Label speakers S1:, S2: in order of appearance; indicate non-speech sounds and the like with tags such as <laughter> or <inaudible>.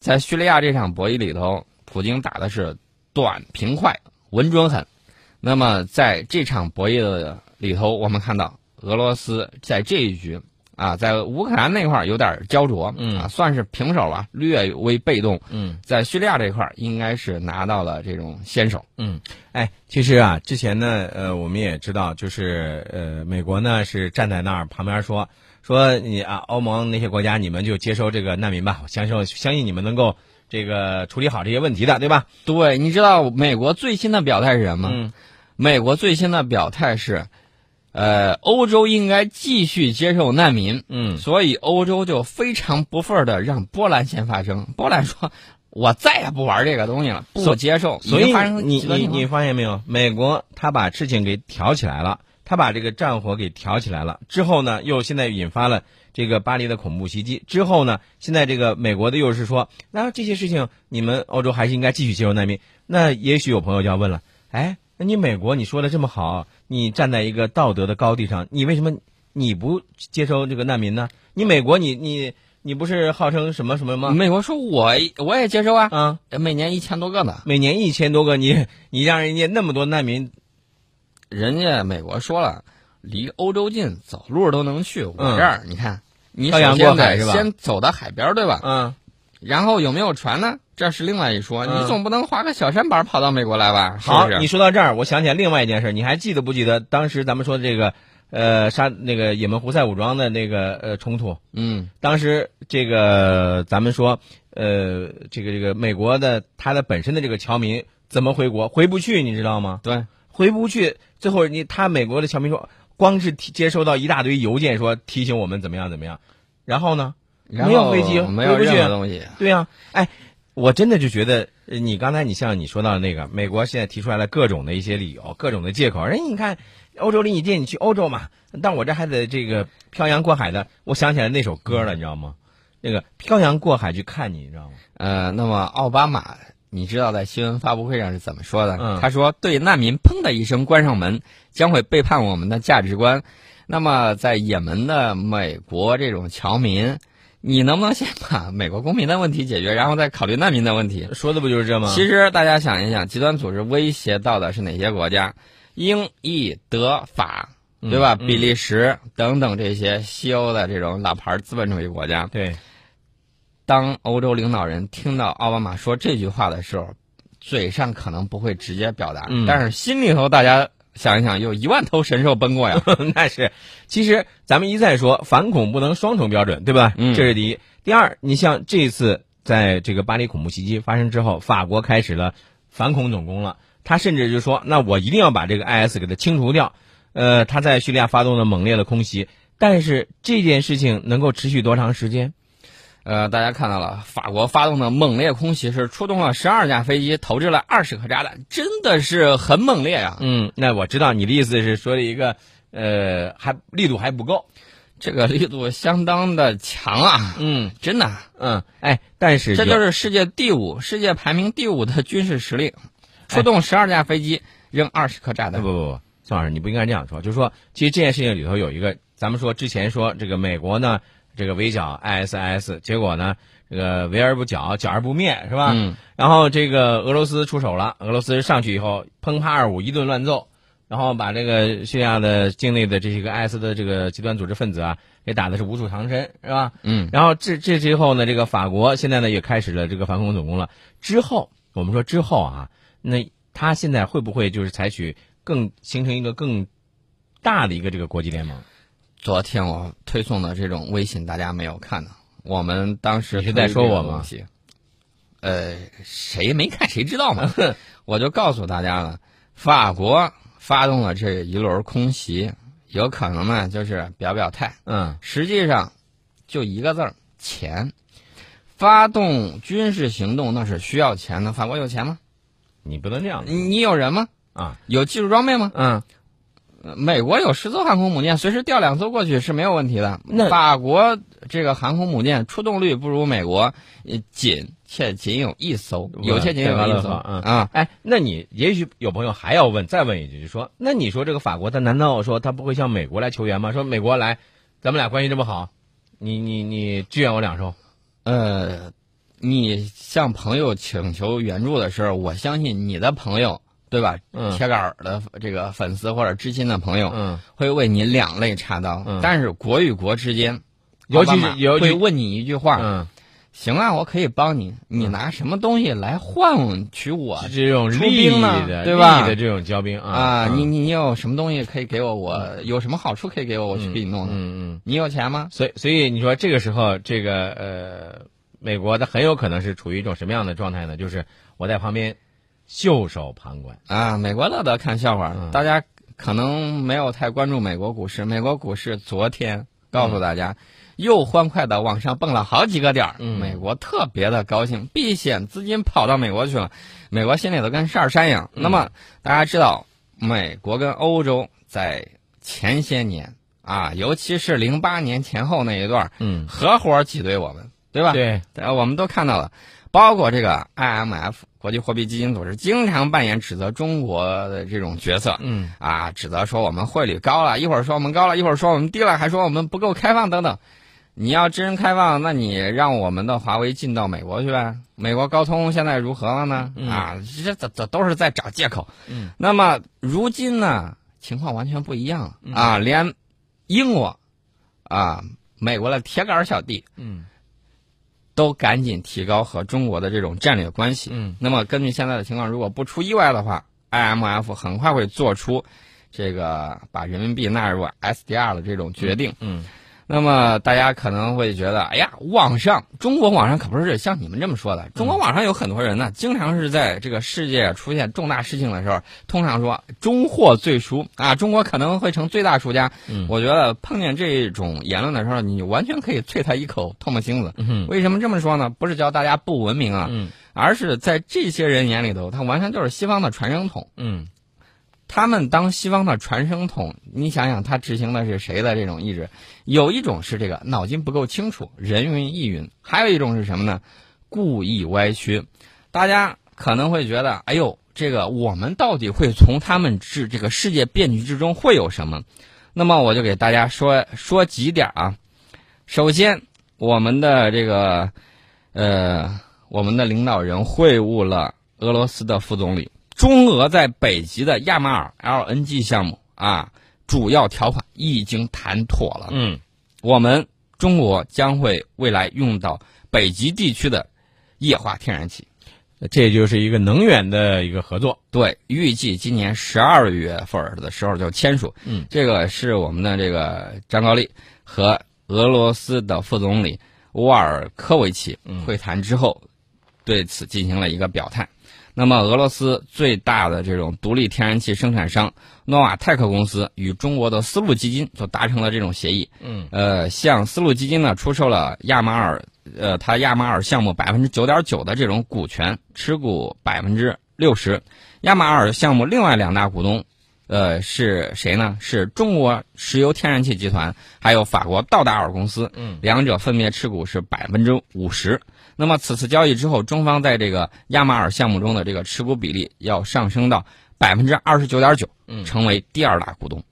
S1: 在叙利亚这场博弈里头，普京打的是短平快、稳准狠。那么在这场博弈的里头，我们看到俄罗斯在这一局啊，在乌克兰那块儿有点焦灼，
S2: 嗯
S1: 啊，算是平手吧，略微被动。
S2: 嗯
S1: 在叙利亚这块儿，应该是拿到了这种先手。
S2: 嗯，哎，其实啊，之前呢，呃，我们也知道，就是呃，美国呢是站在那儿旁边说说你啊，欧盟那些国家你们就接收这个难民吧，我相信相信你们能够这个处理好这些问题的，对吧？
S1: 对，你知道美国最新的表态是什么？
S2: 嗯
S1: 美国最新的表态是，呃，欧洲应该继续接受难民，
S2: 嗯
S1: 所以欧洲就非常不忿的让波兰先发声。波兰说：“我再也不玩这个东西了，不
S2: 所
S1: 接受。”
S2: 所以
S1: 已经发生了
S2: 你
S1: 极端
S2: 你
S1: 情况
S2: 你发现没有，美国他把事情给挑起来了，他把这个战火给挑起来了。之后呢，又现在引发了这个巴黎的恐怖袭击。之后呢，现在这个美国的又是说，那这些事情你们欧洲还是应该继续接受难民。那也许有朋友就要问了，哎，那你美国你说的这么好，你站在一个道德的高地上，你为什么你不接收这个难民呢？你美国你你你不是号称什么什么吗？
S1: 美国说我我也接受啊，
S2: 啊，
S1: 每年一千多个呢。
S2: 每年一千多个，你你让人家那么多难民
S1: 人家美国说了，离欧洲近，走路都能去。我这儿、你看，你
S2: 嗯漂洋
S1: 首先
S2: 过海
S1: 得
S2: 是吧
S1: 先走到海边儿对吧？
S2: 嗯
S1: 然后有没有船呢？这是另外一说。
S2: 嗯
S1: 你总不能划个小舢板跑到美国来吧？， <laughs> 是
S2: 好，
S1: 不
S2: 你
S1: 是？
S2: 说到这儿，我想起来另外一件事，你还记得不记得当时咱们说的这个呃沙那个也门胡塞武装的那个呃冲突？
S1: 嗯
S2: 当时这个咱们说呃这个这个美国的他的本身的这个侨民怎么回国回不去，你知道吗？
S1: 对，
S2: 回不去，最后你他美国的侨民说，光是提接收到一大堆邮件说提醒我们怎么样怎么样，然后呢？
S1: 然后
S2: 没有飞机
S1: 没有
S2: 回不去
S1: 任何东西。
S2: <laughs> 对呀、哎，我真的就觉得，呃你刚才你像你说到的那个，美国现在提出来了各种的一些理由，各种的借口。人家你看，欧洲离你近，你去欧洲嘛，但我这还得这个漂洋过海的。我想起来那首歌了，你知道吗？那个漂洋过海去看你，你知道吗？
S1: 呃，那么奥巴马，你知道在新闻发布会上是怎么说的？
S2: 嗯
S1: 他说：“对难民，砰的一声关上门，将会背叛我们的价值观。”那么，在也门的美国这种侨民，你能不能先把美国公民的问题解决，然后再考虑难民的问题？
S2: 说的不就是这吗？
S1: 其实大家想一想，极端组织威胁到的是哪些国家？英、意、德、法，
S2: 嗯
S1: 对吧？
S2: 嗯
S1: 比利时等等这些西欧的这种老牌资本主义国家。
S2: 对，
S1: 当欧洲领导人听到奥巴马说这句话的时候，嘴上可能不会直接表达，
S2: 嗯
S1: 但是心里头大家想一想，有一万头神兽奔 <laughs> 过呀。
S2: <laughs> 那是。其实咱们一再说，反恐不能双重标准，对吧？
S1: 嗯
S2: 这是第一。第二，你像这次在这个巴黎恐怖袭击发生之后，法国开始了反恐总攻了。他甚至就说：“那我一定要把这个 IS 给它清除掉。”呃，他在叙利亚发动了猛烈的空袭，但是这件事情能够持续多长时间？
S1: 呃，大家看到了，法国发动的猛烈空袭是出动了十二架飞机，投掷了二十颗炸弹，真的是很猛烈啊！
S2: 嗯，那我知道你的意思是说了一个，呃，还力度还不够。
S1: 这个力度相当的强啊，
S2: 嗯
S1: 真的啊，
S2: 嗯，哎，但是
S1: 这
S2: 有
S1: 就是世界第五，世界排名第五的军事实力，出动十二架飞机，扔二十颗炸
S2: 不
S1: 弹。
S2: 不不，宋老师，你不应该这样说。就是说，其实这件事情里头有一个，咱们说之前说这个美国呢，这个围剿 ISIS，结果呢，这个围而不剿，剿而不灭，是吧？
S1: 嗯，
S2: 然后这个俄罗斯出手了，俄罗斯上去以后，砰啪二五一顿乱揍，然后把这个叙利亚的境内的这些个 IS 的这个极端组织分子啊，给打的是无处藏身，是吧？
S1: 嗯，
S2: 然后这这之后呢，这个法国现在呢也开始了这个反恐总攻了。之后我们说之后啊，那他现在会不会就是采取更形成一个更大的一个这个国际联盟？
S1: 昨天我推送的这种微信，大家没有看呢。我们当时
S2: 你是在说
S1: 推
S2: 我吗
S1: 这个东西？呃，谁没看谁知道嘛。 <laughs> 我就告诉大家了，法国发动了这一轮空袭，有可能呢就是表表态。
S2: 嗯
S1: 实际上，就一个字儿钱。发动军事行动那是需要钱的，法国有钱吗？
S2: 你不能这样
S1: 你你有人吗？
S2: 啊，
S1: 有技术装备吗？
S2: 嗯，
S1: 呃美国有十艘航空母舰，随时调两艘过去是没有问题的。
S2: 那
S1: 法国这个航空母舰出动率不如美国，呃仅且仅有一艘，
S2: 嗯
S1: 有且仅有一艘
S2: 对吧嗯
S1: 啊。
S2: 哎，那你也许有朋友还要问，再问一句，就说那你说这个法国，他难道说他不会向美国来求援吗？说美国来，咱们俩关系这么好，你你你支援我两手，
S1: 呃，你向朋友请求援助的时候，我相信你的朋友，对吧？
S2: 嗯
S1: 铁杆儿的这个粉丝或者知心的朋友，
S2: 嗯，
S1: 会为你两肋插刀。
S2: 嗯
S1: 但是国与国之间，
S2: 尤其
S1: 奥
S2: 是
S1: 巴马
S2: 尤其
S1: 会问你一句话：
S2: 嗯，
S1: 行啊，我可以帮你，你拿什么东西来换取我
S2: 是这种
S1: 啊出
S2: 利益
S1: 兵呢
S2: 的
S1: 对吧
S2: 利益的这种交兵
S1: 啊？
S2: 嗯
S1: 你你有什么东西可以给我？我有什么好处可以给我？我去给你弄弄。
S2: 嗯嗯，
S1: 你有钱吗？
S2: 所以所以你说这个时候，这个呃，美国它很有可能是处于一种什么样的状态呢？就是我在旁边袖手旁观。
S1: 啊，美国乐得看笑话，
S2: 嗯
S1: 大家可能没有太关注美国股市。美国股市昨天告
S2: 嗯
S1: 诉大家，又欢快的往上蹦了好几个点儿、
S2: 嗯
S1: 美国特别的高兴，避险资金跑到美国去了，美国心里头跟十二山一样。那
S2: 嗯
S1: 么大家知道，美国跟欧洲在前些年啊，尤其是零八年前后那一段儿，
S2: 嗯，
S1: 合伙挤兑我们，对吧？
S2: 对，
S1: 呃，我们都看到了，包括这个 IMF 国际货币基金组织经常扮演指责中国的这种角色
S2: 嗯
S1: 啊，指责说我们汇率高了，一会儿说我们高了，一会儿说我们低了，还说我们不够开放等等。你要真开放，那你让我们的华为进到美国去呗？美国高通现在如何了呢？
S2: 嗯
S1: 啊，这这这都是在找借口。
S2: 嗯，
S1: 那么如今呢，情况完全不一样了、
S2: 嗯
S1: 啊，连英国啊，美国的铁杆儿小弟
S2: 嗯
S1: 都赶紧提高和中国的这种战略关系。
S2: 嗯
S1: 那么根据现在的情况，如果不出意外的话，IMF 很快会做出这个把人民币纳入 SDR 的这种决定。
S2: 嗯
S1: 那么大家可能会觉得，哎呀，网上中国网上可不是像你们这么说的，中国网上有很多人呢，经常是在这个世界出现重大事情的时候，通常说中获最输啊，中国可能会成最大输家。
S2: 嗯
S1: 我觉得碰见这种言论的时候，你完全可以啐他一口唾沫星子。
S2: 嗯
S1: 为什么这么说呢？不是教大家不文明啊，
S2: 嗯
S1: 而是在这些人眼里头，他完全就是西方的传声筒。
S2: 嗯
S1: 他们当西方的传声筒，你想想，他执行的是谁的这种意志？有一种是这个脑筋不够清楚，人云亦云；还有一种是什么呢？故意歪曲。大家可能会觉得，哎呦，这个我们到底会从他们这这个世界变局之中会有什么？那么我就给大家说说几点啊。首先，我们的这个呃，我们的领导人会晤了俄罗斯的副总理。中俄在北极的亚马尔 LNG 项目啊，主要条款已经谈妥了。
S2: 嗯
S1: 我们中国将会未来用到北极地区的液化天然气。
S2: 嗯，这就是一个能源的一个合作。
S1: 对，预计今年十二月份儿的时候就签署。
S2: 嗯，
S1: 这个是我们的这个张高丽和俄罗斯的副总理沃尔科维奇
S2: 嗯
S1: 会谈之后，对此进行了一个表态。那么，俄罗斯最大的这种独立天然气生产商诺瓦泰克公司与中国的丝路基金就达成了这种协议。
S2: 嗯，
S1: 呃，向丝路基金呢出售了亚马尔，呃，它亚马尔项目百分之九点九的这种股权，持股百分之六十。亚马尔项目另外两大股东，呃，是谁呢？是中国石油天然气集团，还有法国道达尔公司。
S2: 嗯，
S1: 两者分别持股是百分之五十。那么此次交易之后，中方在这个亚马尔项目中的这个持股比例要上升到百分之二十九点九，
S2: 嗯
S1: 成为第二大股东。